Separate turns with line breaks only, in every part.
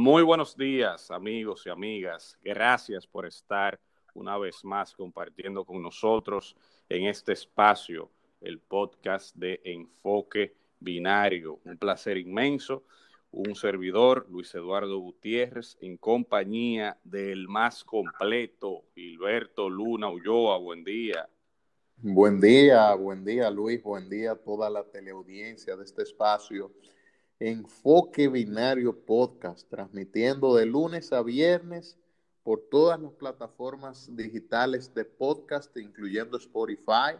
Muy buenos días, amigos y amigas. Gracias por estar una vez más compartiendo con nosotros en este espacio el podcast de Enfoque Binario. Un placer inmenso. Un servidor, Luis Eduardo Gutiérrez, en compañía del más completo, Gilberto Luna Ulloa. Buen día.
Buen día, buen día Luis, buen día a toda la teleaudiencia de este espacio. Enfoque Binario Podcast, transmitiendo de lunes a viernes por todas las plataformas digitales de podcast, incluyendo Spotify.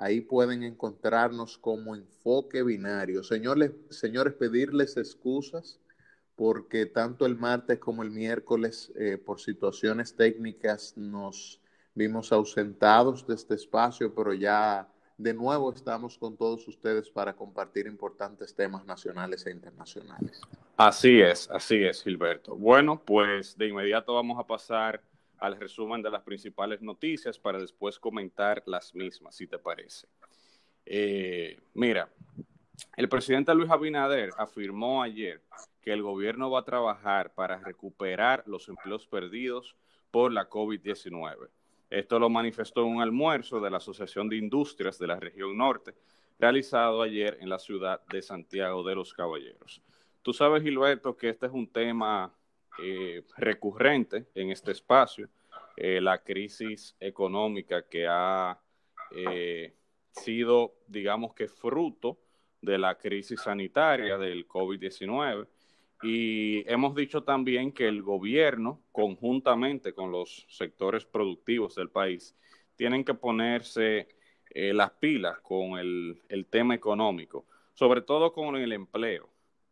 Ahí pueden encontrarnos como Enfoque Binario. Señores, señores pedirles excusas porque tanto el martes como el miércoles, eh, por situaciones técnicas, nos vimos ausentados de este espacio, pero ya de nuevo estamos con todos ustedes para compartir importantes temas nacionales e internacionales.
Así es, así es, Gilberto. Bueno, pues de inmediato vamos a pasar al resumen de las principales noticias para después comentar las mismas, si te parece. Eh, mira, el presidente Luis Abinader afirmó ayer que el gobierno va a trabajar para recuperar los empleos perdidos por la COVID-19. Esto lo manifestó en un almuerzo de la Asociación de Industrias de la Región Norte, realizado ayer en la ciudad de Santiago de los Caballeros. Tú sabes, Gilberto, que este es un tema eh, recurrente en este espacio, eh, la crisis económica que ha eh, sido, digamos que, fruto de la crisis sanitaria del COVID-19. Y hemos dicho también que el gobierno, conjuntamente con los sectores productivos del país, tienen que ponerse eh, las pilas con el, el, tema económico, sobre todo con el empleo.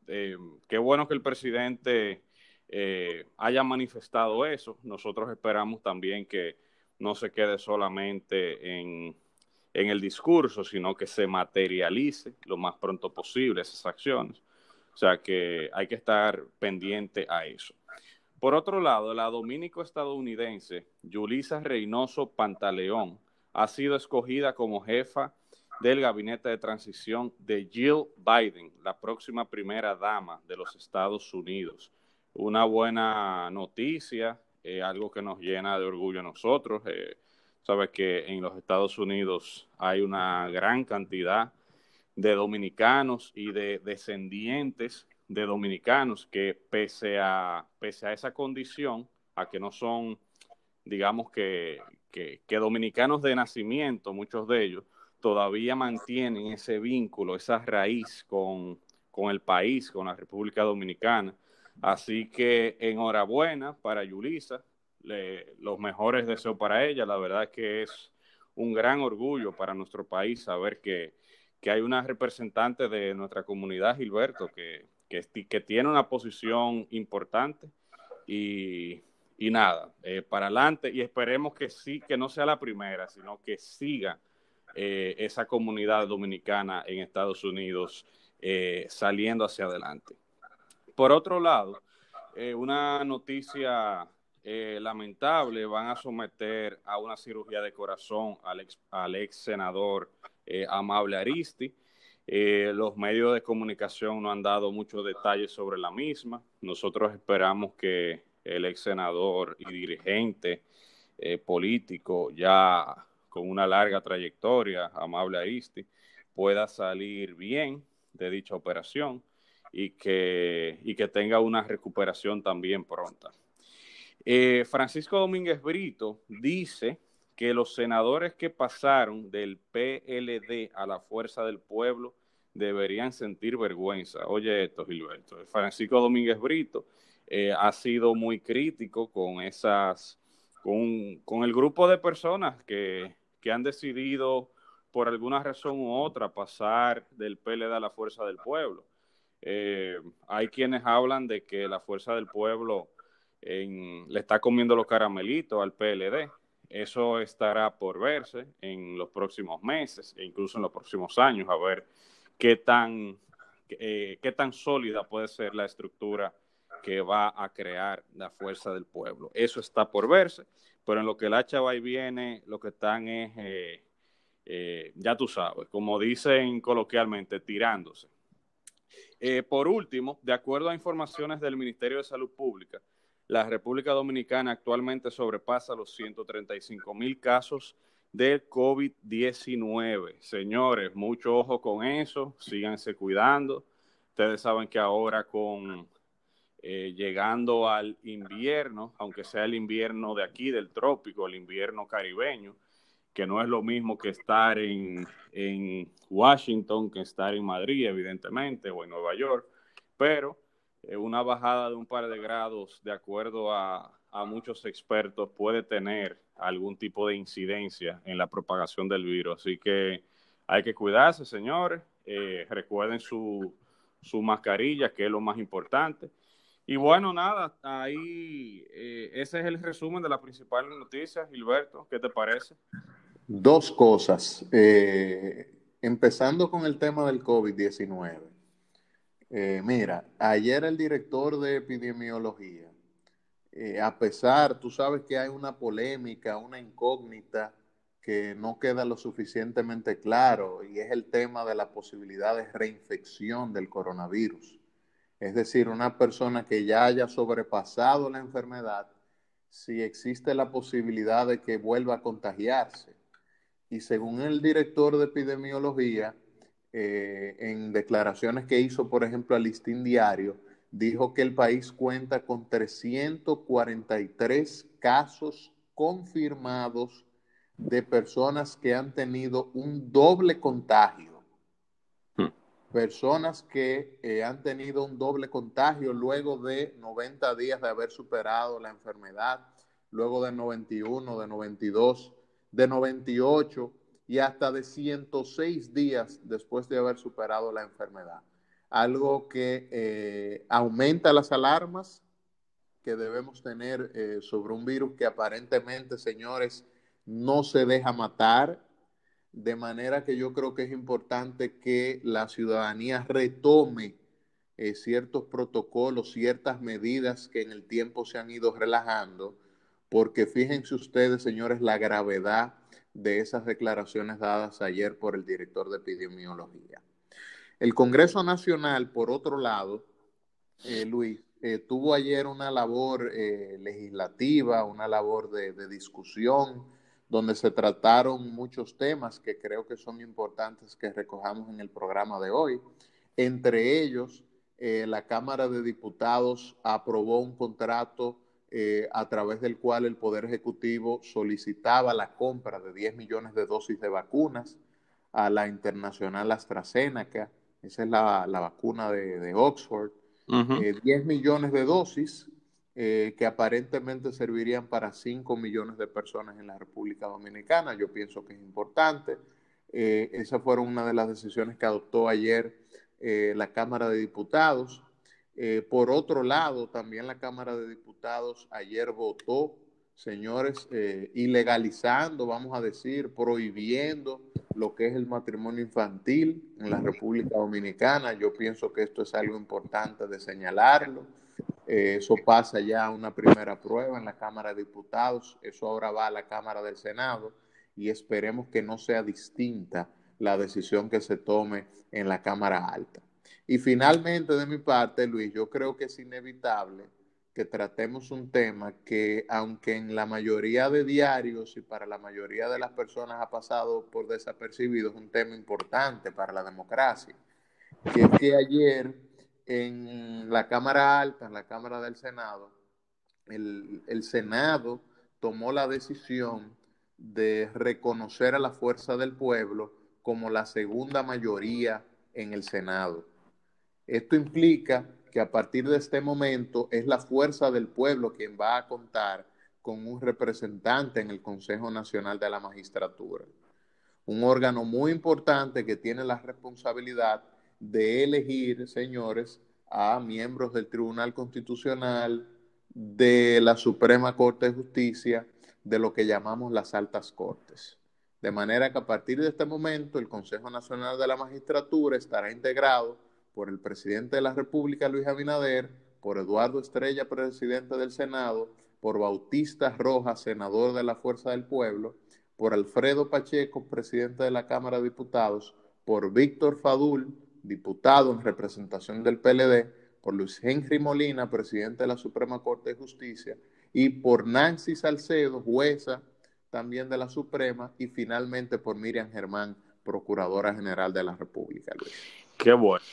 Eh, qué bueno que el presidente eh, haya manifestado eso. Nosotros esperamos también que no se quede solamente en, en el discurso, sino que se materialice lo más pronto posible esas acciones. O sea que hay que estar pendiente a eso. Por otro lado, la dominico-estadounidense Yulisa Reynoso Pantaleón ha sido escogida como jefa del gabinete de transición de Jill Biden, la próxima primera dama de los Estados Unidos. Una buena noticia, eh, algo que nos llena de orgullo a nosotros. Eh, sabes que en los Estados Unidos hay una gran cantidad de dominicanos y de descendientes de dominicanos que pese a, pese a esa condición, a que no son, digamos que, que, que, dominicanos de nacimiento, muchos de ellos, todavía mantienen ese vínculo, esa raíz con, con el país, con la República Dominicana. Así que enhorabuena para Yulisa, le, los mejores deseos para ella. La verdad es que es un gran orgullo para nuestro país saber que, que hay una representante de nuestra comunidad, Gilberto, que, que, que tiene una posición importante y, y nada, eh, para adelante y esperemos que sí, que no sea la primera, sino que siga eh, esa comunidad dominicana en Estados Unidos eh, saliendo hacia adelante. Por otro lado, eh, una noticia eh, lamentable, van a someter a una cirugía de corazón al ex, al ex senador. Eh, Amable Aristi. Eh, los medios de comunicación no han dado muchos detalles sobre la misma. Nosotros esperamos que el ex senador y dirigente eh, político, ya con una larga trayectoria, Amable Aristi, pueda salir bien de dicha operación y que, y que tenga una recuperación también pronta. Eh, Francisco Domínguez Brito dice que los senadores que pasaron del PLD a la Fuerza del Pueblo deberían sentir vergüenza. Oye esto, Gilberto. Francisco Domínguez Brito eh, ha sido muy crítico con esas, con, con el grupo de personas que, que, han decidido por alguna razón u otra pasar del PLD a la Fuerza del Pueblo. Eh, hay quienes hablan de que la Fuerza del Pueblo en, le está comiendo los caramelitos al PLD. Eso estará por verse en los próximos meses e incluso en los próximos años, a ver qué tan, eh, qué tan sólida puede ser la estructura que va a crear la fuerza del pueblo. Eso está por verse, pero en lo que el hacha va y viene, lo que están es, eh, eh, ya tú sabes, como dicen coloquialmente, tirándose. Eh, por último, de acuerdo a informaciones del Ministerio de Salud Pública, la República Dominicana actualmente sobrepasa los 135 mil casos del COVID-19. Señores, mucho ojo con eso, síganse cuidando. Ustedes saben que ahora con eh, llegando al invierno, aunque sea el invierno de aquí, del trópico, el invierno caribeño, que no es lo mismo que estar en, en Washington, que estar en Madrid, evidentemente, o en Nueva York, pero eh, una bajada de un par de grados, de acuerdo a, a muchos expertos, puede tener algún tipo de incidencia en la propagación del virus. Así que hay que cuidarse, señores. Eh, recuerden su, su, mascarilla, que es lo más importante. Y bueno, nada, ahí eh, ese es el resumen de las principales noticias. Gilberto, ¿qué te parece?
Dos cosas. Eh, empezando con el tema del COVID-19. mira, ayer el director de epidemiología eh, a pesar, tú sabes que hay una polémica, una incógnita que no queda lo suficientemente claro y es el tema de la posibilidad de reinfección del coronavirus. Es decir, una persona que ya haya sobrepasado la enfermedad, si existe la posibilidad de que vuelva a contagiarse. Y según el director de epidemiología, eh, en declaraciones que hizo, por ejemplo, al Listín Diario, dijo que el país cuenta con 343 casos confirmados de personas que han tenido un doble contagio. Hmm. Personas que eh, han tenido un doble contagio luego de 90 días de haber superado la enfermedad, luego de 91, de 92, de 98 y hasta de 106 días después de haber superado la enfermedad algo que eh, aumenta las alarmas que debemos tener eh, sobre un virus que aparentemente, señores, no se deja matar, de manera que yo creo que es importante que la ciudadanía retome eh, ciertos protocolos, ciertas medidas que en el tiempo se han ido relajando, porque fíjense ustedes, señores, la gravedad de esas declaraciones dadas ayer por el director de epidemiología. El Congreso Nacional, por otro lado, eh, Luis, eh, tuvo ayer una labor eh, legislativa, una labor de, de, discusión, donde se trataron muchos temas que creo que son importantes que recojamos en el programa de hoy. Entre ellos, eh, la Cámara de Diputados aprobó un contrato eh, a través del cual el Poder Ejecutivo solicitaba la compra de 10 millones de dosis de vacunas a la internacional AstraZeneca. Esa es la, la vacuna de, de Oxford. Uh -huh. eh, 10 millones de dosis eh, que aparentemente servirían para 5 millones de personas en la República Dominicana. Yo pienso que es importante. Eh, esa fueron una de las decisiones que adoptó ayer eh, la Cámara de Diputados. Eh, por otro lado, también la Cámara de Diputados ayer votó, señores, eh, ilegalizando, vamos a decir, prohibiendo lo que es el matrimonio infantil en la República Dominicana. Yo pienso que esto es algo importante de señalarlo. Eh, eso pasa ya a una primera prueba en la Cámara de Diputados, eso ahora va a la Cámara del Senado y esperemos que no sea distinta la decisión que se tome en la Cámara Alta. Y finalmente, de mi parte, Luis, yo creo que es inevitable que tratemos un tema que, aunque en la mayoría de diarios y para la mayoría de las personas ha pasado por desapercibido, es un tema importante para la democracia. Que es que ayer en la Cámara Alta, en la Cámara del Senado, el, el Senado tomó la decisión de reconocer a la fuerza del pueblo como la segunda mayoría en el Senado. Esto implica que a partir de este momento es la fuerza del pueblo quien va a contar con un representante en el Consejo Nacional de la Magistratura, un órgano muy importante que tiene la responsabilidad de elegir, señores, a miembros del Tribunal Constitucional, de la Suprema Corte de Justicia, de lo que llamamos las altas cortes. De manera que a partir de este momento el Consejo Nacional de la Magistratura estará integrado por el presidente de la República, Luis Abinader, por Eduardo Estrella, presidente del Senado, por Bautista Rojas, senador de la Fuerza del Pueblo, por Alfredo Pacheco, presidente de la Cámara de Diputados, por Víctor Fadul, diputado en representación del PLD, por Luis Henry Molina, presidente de la Suprema Corte de Justicia, y por Nancy Salcedo, jueza también de la Suprema, y finalmente por Miriam Germán, Procuradora General de la República. Luis.
Qué bueno.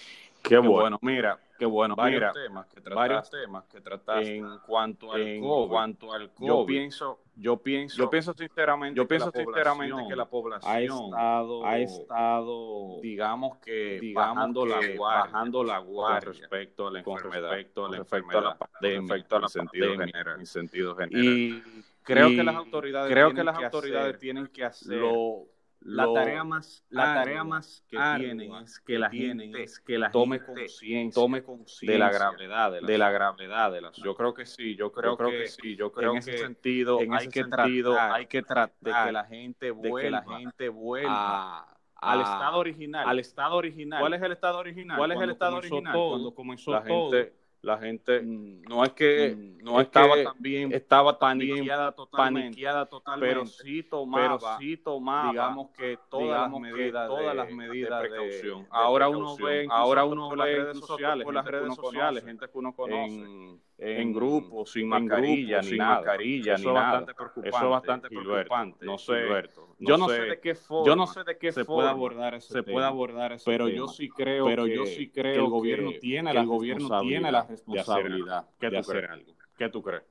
Qué,
Qué
bueno.
bueno.
Mira,
Qué bueno,
Varios
varios temas que trataste,
varios
temas que trataste
en
en cuanto al
en
COVID.
cuanto
al
yo pienso, yo pienso,
yo pienso sinceramente,
yo
que la
pienso sinceramente que la
población
ha estado,
ha estado
digamos que,
digamos
bajando,
que
la guardia,
bajando la guardia
con respecto a la
con
enfermedad,
respecto a la
con respecto a la
enfermedad, con
pandemia,
respecto a la
en sentido
pandemia,
general.
en sentido general.
y
creo
y
que las autoridades
creo
tienen
que las
que
autoridades
hacer
tienen que hacer
lo-
la
lo-
tarea más
la tarea
ardua
más
que
ardua
tienen es que la
tienen
gente
es que la
tome
gente
conciencia
tome
de la
conciencia
gravedad de la,
de la
gravedad de la yo creo que sí yo creo,
Yo creo
que,
que
sí yo creo
creo
que
que
sentido
en
hay
ese
que
sentido,
tratar
hay que tratar
de que la gente
de que la
vuelva
gente vuelva
a- al
a-
estado original
al estado original.
¿Cuál es
el estado original?
¿Cuál es el
Cuando
estado
comenzó
original?
todo,
Cuando comenzó
la
todo,
gente, la gente
no es que no
estaba
estaba también estaba también totalmente,
paniqueada totalmente,
pero sí tomaba,
pero sí tomaba,
digamos que todas
digamos
las
que
medidas,
todas
de,
las medidas
de
de-
precaución.
de
ahora uno
precaución.
ve,
Ahora
incluso
uno
por las
ve
redes
incluso
sociales,
por las
gente que
redes
uno
sociales,
conoce, gente que uno conoce,
en,
en,
en
grupos, sin
en
mascarilla,
grupos,
ni
sin
nada.
mascarilla,
eso
ni
es
nada.
bastante preocupante.
Eso es bastante
Gilberto.
preocupante.
No sé,
Gilberto.
yo no sé de qué forma,
yo no sé de qué
se
forma
puede abordar ese
se
tema.
puede abordar ese
pero
tema.
yo sí creo
Pero
que,
yo sí
que
creo
el gobierno
que-
tiene
que
la
el gobierno tiene la
responsabilidad
responsabilidad
de
de
hacer
hacer
algo. ¿Qué tú crees?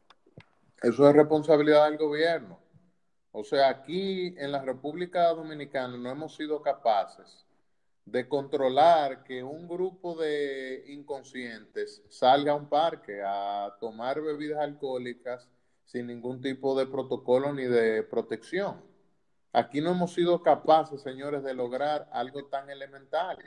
Eso es responsabilidad del gobierno. O sea, aquí en la República Dominicana no hemos sido capaces de controlar que un grupo de inconscientes salga a un parque a tomar bebidas alcohólicas sin ningún tipo de protocolo ni de protección. Aquí no hemos sido capaces, señores, de lograr algo tan elemental.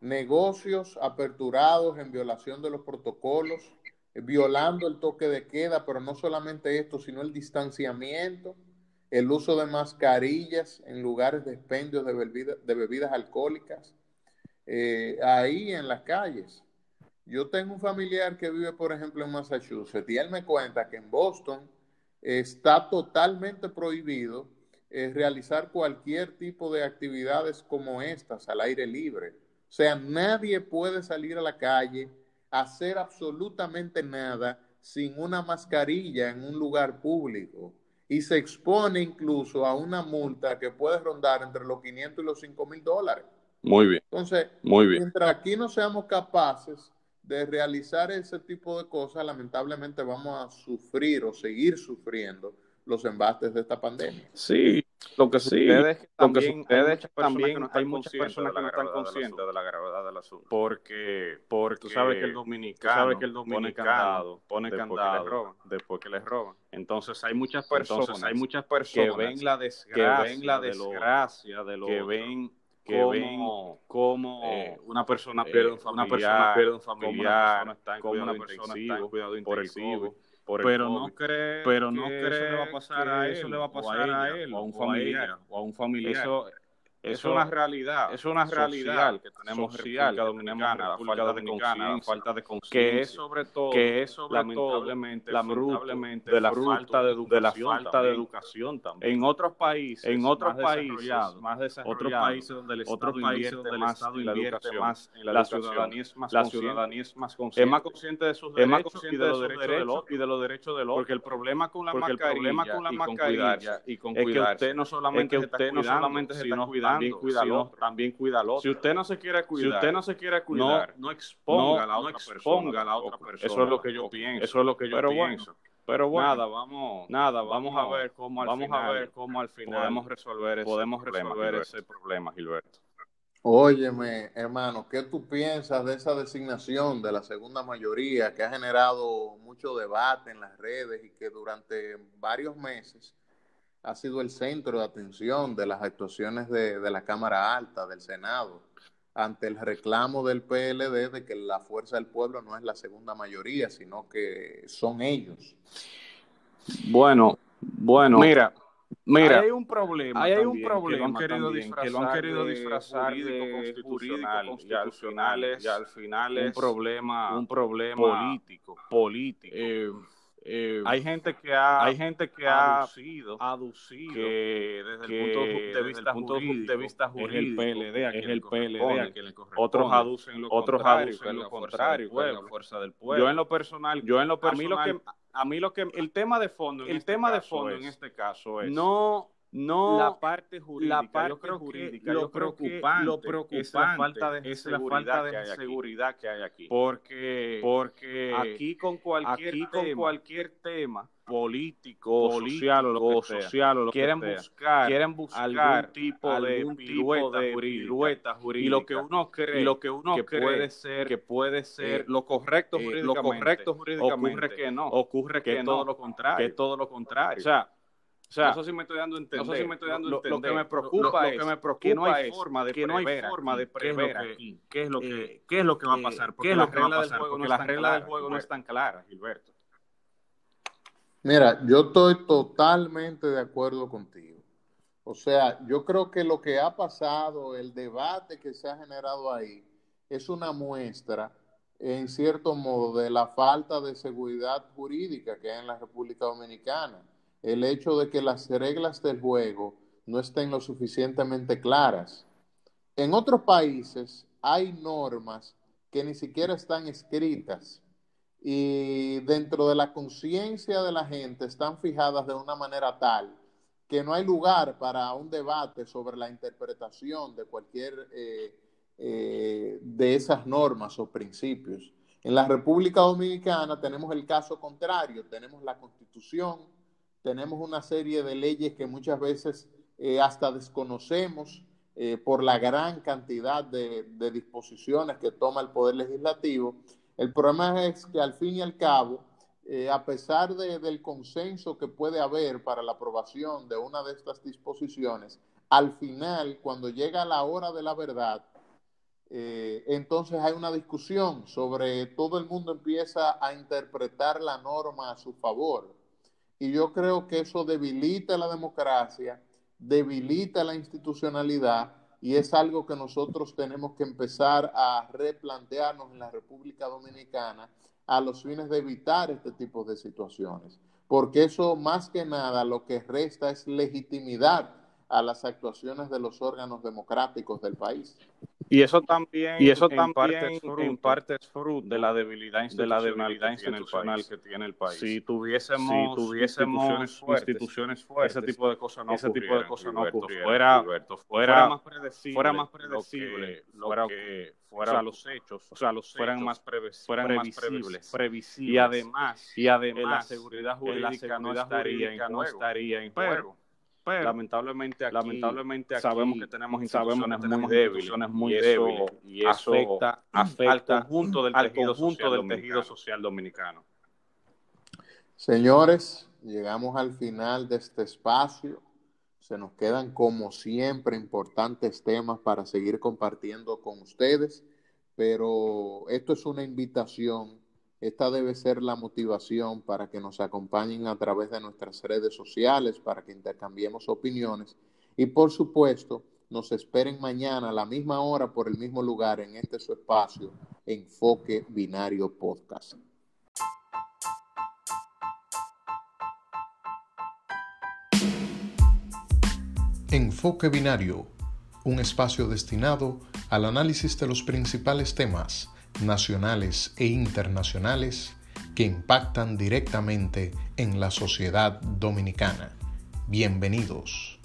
Negocios aperturados en violación de los protocolos, violando el toque de queda, pero no solamente esto, sino el distanciamiento, el uso de mascarillas en lugares de expendio de, bebida- de bebidas alcohólicas, eh, ahí en las calles. Yo tengo un familiar que vive, por ejemplo, en Massachusetts y él me cuenta que en Boston está totalmente prohibido eh, realizar cualquier tipo de actividades como estas al aire libre. O sea, nadie puede salir a la calle, hacer absolutamente nada sin una mascarilla en un lugar público y se expone incluso a una multa que puede rondar entre los 500 y los 5 mil dólares.
Muy bien,
Entonces,
muy bien.
mientras aquí no seamos capaces de realizar ese tipo de cosas, lamentablemente vamos a sufrir o seguir sufriendo los embates de esta pandemia.
Sí, lo que
Sí,
sucede es que
lo que
también,
sucede
hay
es que
muchas personas
también
que no
hay
están
muchas
conscientes
personas
de la
que no
gravedad
están
del
conscientes de la gravedad del asunto.
Porque, porque
Tú sabes que el dominicano,
sabes que el
pone
dominicano
candado,
después
pone
que
candado
les roban.
después que les roban.
entonces hay muchas personas,
Entonces, hay muchas
que
personas
ven la
que
desgracia,
ven la
de lo-
desgracia de lo
que
otro,
ven
que
cómo-
ven
cómo
eh,
una persona
eh,
pierde un
una
familiar,
persona pierde un
cómo una
familiar,
persona está en
cómo una
cuidado
persona está en
intensivo
cuidado
por el
intensivo,
COVID, por el
pero
COVID.
no cree
pero no
que
cree
eso le va a pasar a
que
él,
eso le va a
o
pasar a,
ella,
él
o a un
o
familiar,
ella, o a un familiar.
Eso-
eso
es una realidad,
es una realidad
social que tenemos
social que
social, que
tenemos
Dominicana, la
República
falta de
Dominicana,
conciencia,
la falta
de
que
conciencia,
es sobre todo
que es sobre
lamentablemente,
todo,
lamentablemente
lamentablemente
de la
fruto
falta de
de la
educación
falta de
también.
educación también.
en otros países
En otros
más
países
desarrollados,
más desarrollados,
otros países donde el
otros
Estado
países
invierte
donde el
más
Estado
en la
invierte
educación,
más en la,
la
educación,
ciudadanía es más
la
consciente,
ciudadanía es más
es
consciente,
más consciente de sus
es
derechos
más
y
consciente
de
de
los derechos
sus
del
derechos
otro.
y de los derechos del otro.
Porque el problema con la
Porque el problema
mascarilla
con la
y con
mascarilla
cuidarse y con
es que
cuidarse
usted no solamente
es
se
que
está
usted no
cuidando,
solamente se está
sino
cuidando,
también cuida al
sino
otro. también cuida al otro.
Si usted no se quiere cuidar,
si usted no se quiere cuidar,
no exponga a la
no
otra
exponga
persona
a la otra
tampoco.
persona
Eso es lo que yo
tampoco.
pienso.
Eso es lo que yo
Pero bueno,
pienso.
pero bueno,
nada, vamos,
nada,
vamos a ver cómo al
vamos a
final
ver cómo al final
podemos resolver ese
podemos
problema,
resolver
Gilberto.
ese problema, Gilberto.
Óyeme, hermano, ¿qué tú piensas de esa designación de la segunda mayoría que ha generado mucho debate en las redes y que durante varios meses ha sido el centro de atención de las actuaciones de, de la Cámara Alta, del Senado, ante el reclamo del PLD de que la fuerza del pueblo no es la segunda mayoría, sino que son ellos.
Bueno, bueno, mira, mira,
Ahí hay un problema.
Ahí hay un
también,
problema
que lo han querido
también,
disfrazar,
que lo han querido disfrazar
de
de
jurídico
jurídico
constitucional, y al
constitucional
final
es
es, y al final
un
es
problema,
un problema
político,
político.
eh,
eh,
hay gente que ha,
hay gente que ha
aducido,
aducido
que desde
que
el punto de
desde
vista,
el punto de
jurídico,
vista jurídico,
es el PLD, a
es
quien
el
le corresponde,
PLD a
otros aducen lo
otros
contrario,
aducen
que
lo
es la fuerza
contrario,
del
que es la
pueblo.
fuerza del pueblo.
Yo en lo personal,
Yo en lo
a mí lo
personal,
que- a mí lo que el tema de fondo, en
el
este
tema de
caso
fondo
es-
en este caso
pues,
es
no no
la parte jurídica,
parte
yo creo
jurídica,
que
yo
lo
creo que
preocupante,
lo
es la falta
preocupante
de
es la falta de
seguridad que hay aquí.
porque
Porque
eh, aquí con cualquier
aquí con
tema,
cualquier
tema
político,
político,
social o lo que sea,
social o lo
quieren
que sea,
buscar
quieren buscar
algún tipo de
algún tipo
pirueta
de
jurídica.
pirueta
y lo que
jurídica.
uno cree
y lo que uno
que
cree
puede ser
que puede ser
eh,
lo correcto
eh,
jurídicamente,
lo correcto jurídicamente
ocurre que no
ocurre
que
que,
es
no,
todo lo
que
contrario
es todo lo contrario.
o sea
O sea,
no sé si me estoy dando a entender.
no sé si me estoy dando a
Lo- lo-
entender.
Lo que me preocupa
Lo- lo
es
que me preocupa
que no hay
es
forma de
que no hay
prever
forma
aquí
de
qué
prever
es lo que-
aquí
qué es lo que,
eh, qué es lo que va a
eh,
pasar,
qué
porque
es lo
las
que va a
reglas del
pasar,
juego no
porque las
están
reglas del
claras,
juego no
Gilberto.
están claras, Gilberto.
Mira, yo estoy totalmente de acuerdo contigo. O sea, yo creo que lo que ha pasado, el debate que se ha generado ahí, es una muestra, en cierto modo, de la falta de seguridad jurídica que hay en la República Dominicana. El hecho de que las reglas del juego no estén lo suficientemente claras. En otros países hay normas que ni siquiera están escritas y dentro de la conciencia de la gente están fijadas de una manera tal que no hay lugar para un debate sobre la interpretación de cualquier eh, eh, de esas normas o principios. En la República Dominicana tenemos el caso contrario, tenemos la Constitución, tenemos una serie de leyes que muchas veces eh, hasta desconocemos eh, por la gran cantidad de, de disposiciones que toma el Poder Legislativo. El problema es que al fin y al cabo, eh, a pesar de- del consenso que puede haber para la aprobación de una de estas disposiciones, al final, cuando llega la hora de la verdad, eh, entonces hay una discusión sobre todo el mundo empieza a interpretar la norma a su favor. Y yo creo que eso debilita la democracia, debilita la institucionalidad y es algo que nosotros tenemos que empezar a replantearnos en la República Dominicana a los fines de evitar este tipo de situaciones. Porque eso más que nada lo que resta es legitimidad a las actuaciones de los órganos democráticos del país.
Y eso también,
Y eso
en, parte
también,
es fruto,
en parte
de la debilidad
de la
institucional,
debilidad
que, tiene el
institucional
país.
que tiene el país.
Si
tuviésemos,
instituciones fuertes,
instituciones fuertes,
ese tipo de cosas no
ese tipo de
ocurrieran,
cosas no
Gilberto.
ocurrieran,
Fuera-
Gilberto.
fuera,
fuera
más predecible,
fuera más
predecible
predecible
lo
lo
que,
fuera-
o sea, los hechos,
o sea, los
fueran
hechos
más, previs-
fueran más
previsibles,
previsibles.
previsibles.
y además,
y además,
la seguridad
en la
jurídica no
seguridad
estaría en
jurídica no
juego.
estaría en
Pero-
juego.
pero
lamentablemente, aquí,
lamentablemente aquí
sabemos que tenemos
sabemos
instituciones,
que tenemos
muy, débiles,
instituciones muy
y eso-
débiles,
y eso
afecta-
al
afecta
conjunto del
al
tejido
conjunto
social
del
dominicano.
tejido social dominicano.
Señores, llegamos al final de este espacio. Se nos quedan, como siempre, importantes temas para seguir compartiendo con ustedes, pero esto es una invitación. Esta debe ser la motivación para que nos acompañen a través de nuestras redes sociales, para que intercambiemos opiniones y, por supuesto, nos esperen mañana a la misma hora por el mismo lugar en este su espacio, Enfoque Binario Podcast. Enfoque Binario, un espacio destinado al análisis de los principales temas nacionales e internacionales que impactan directamente en la sociedad dominicana. Bienvenidos.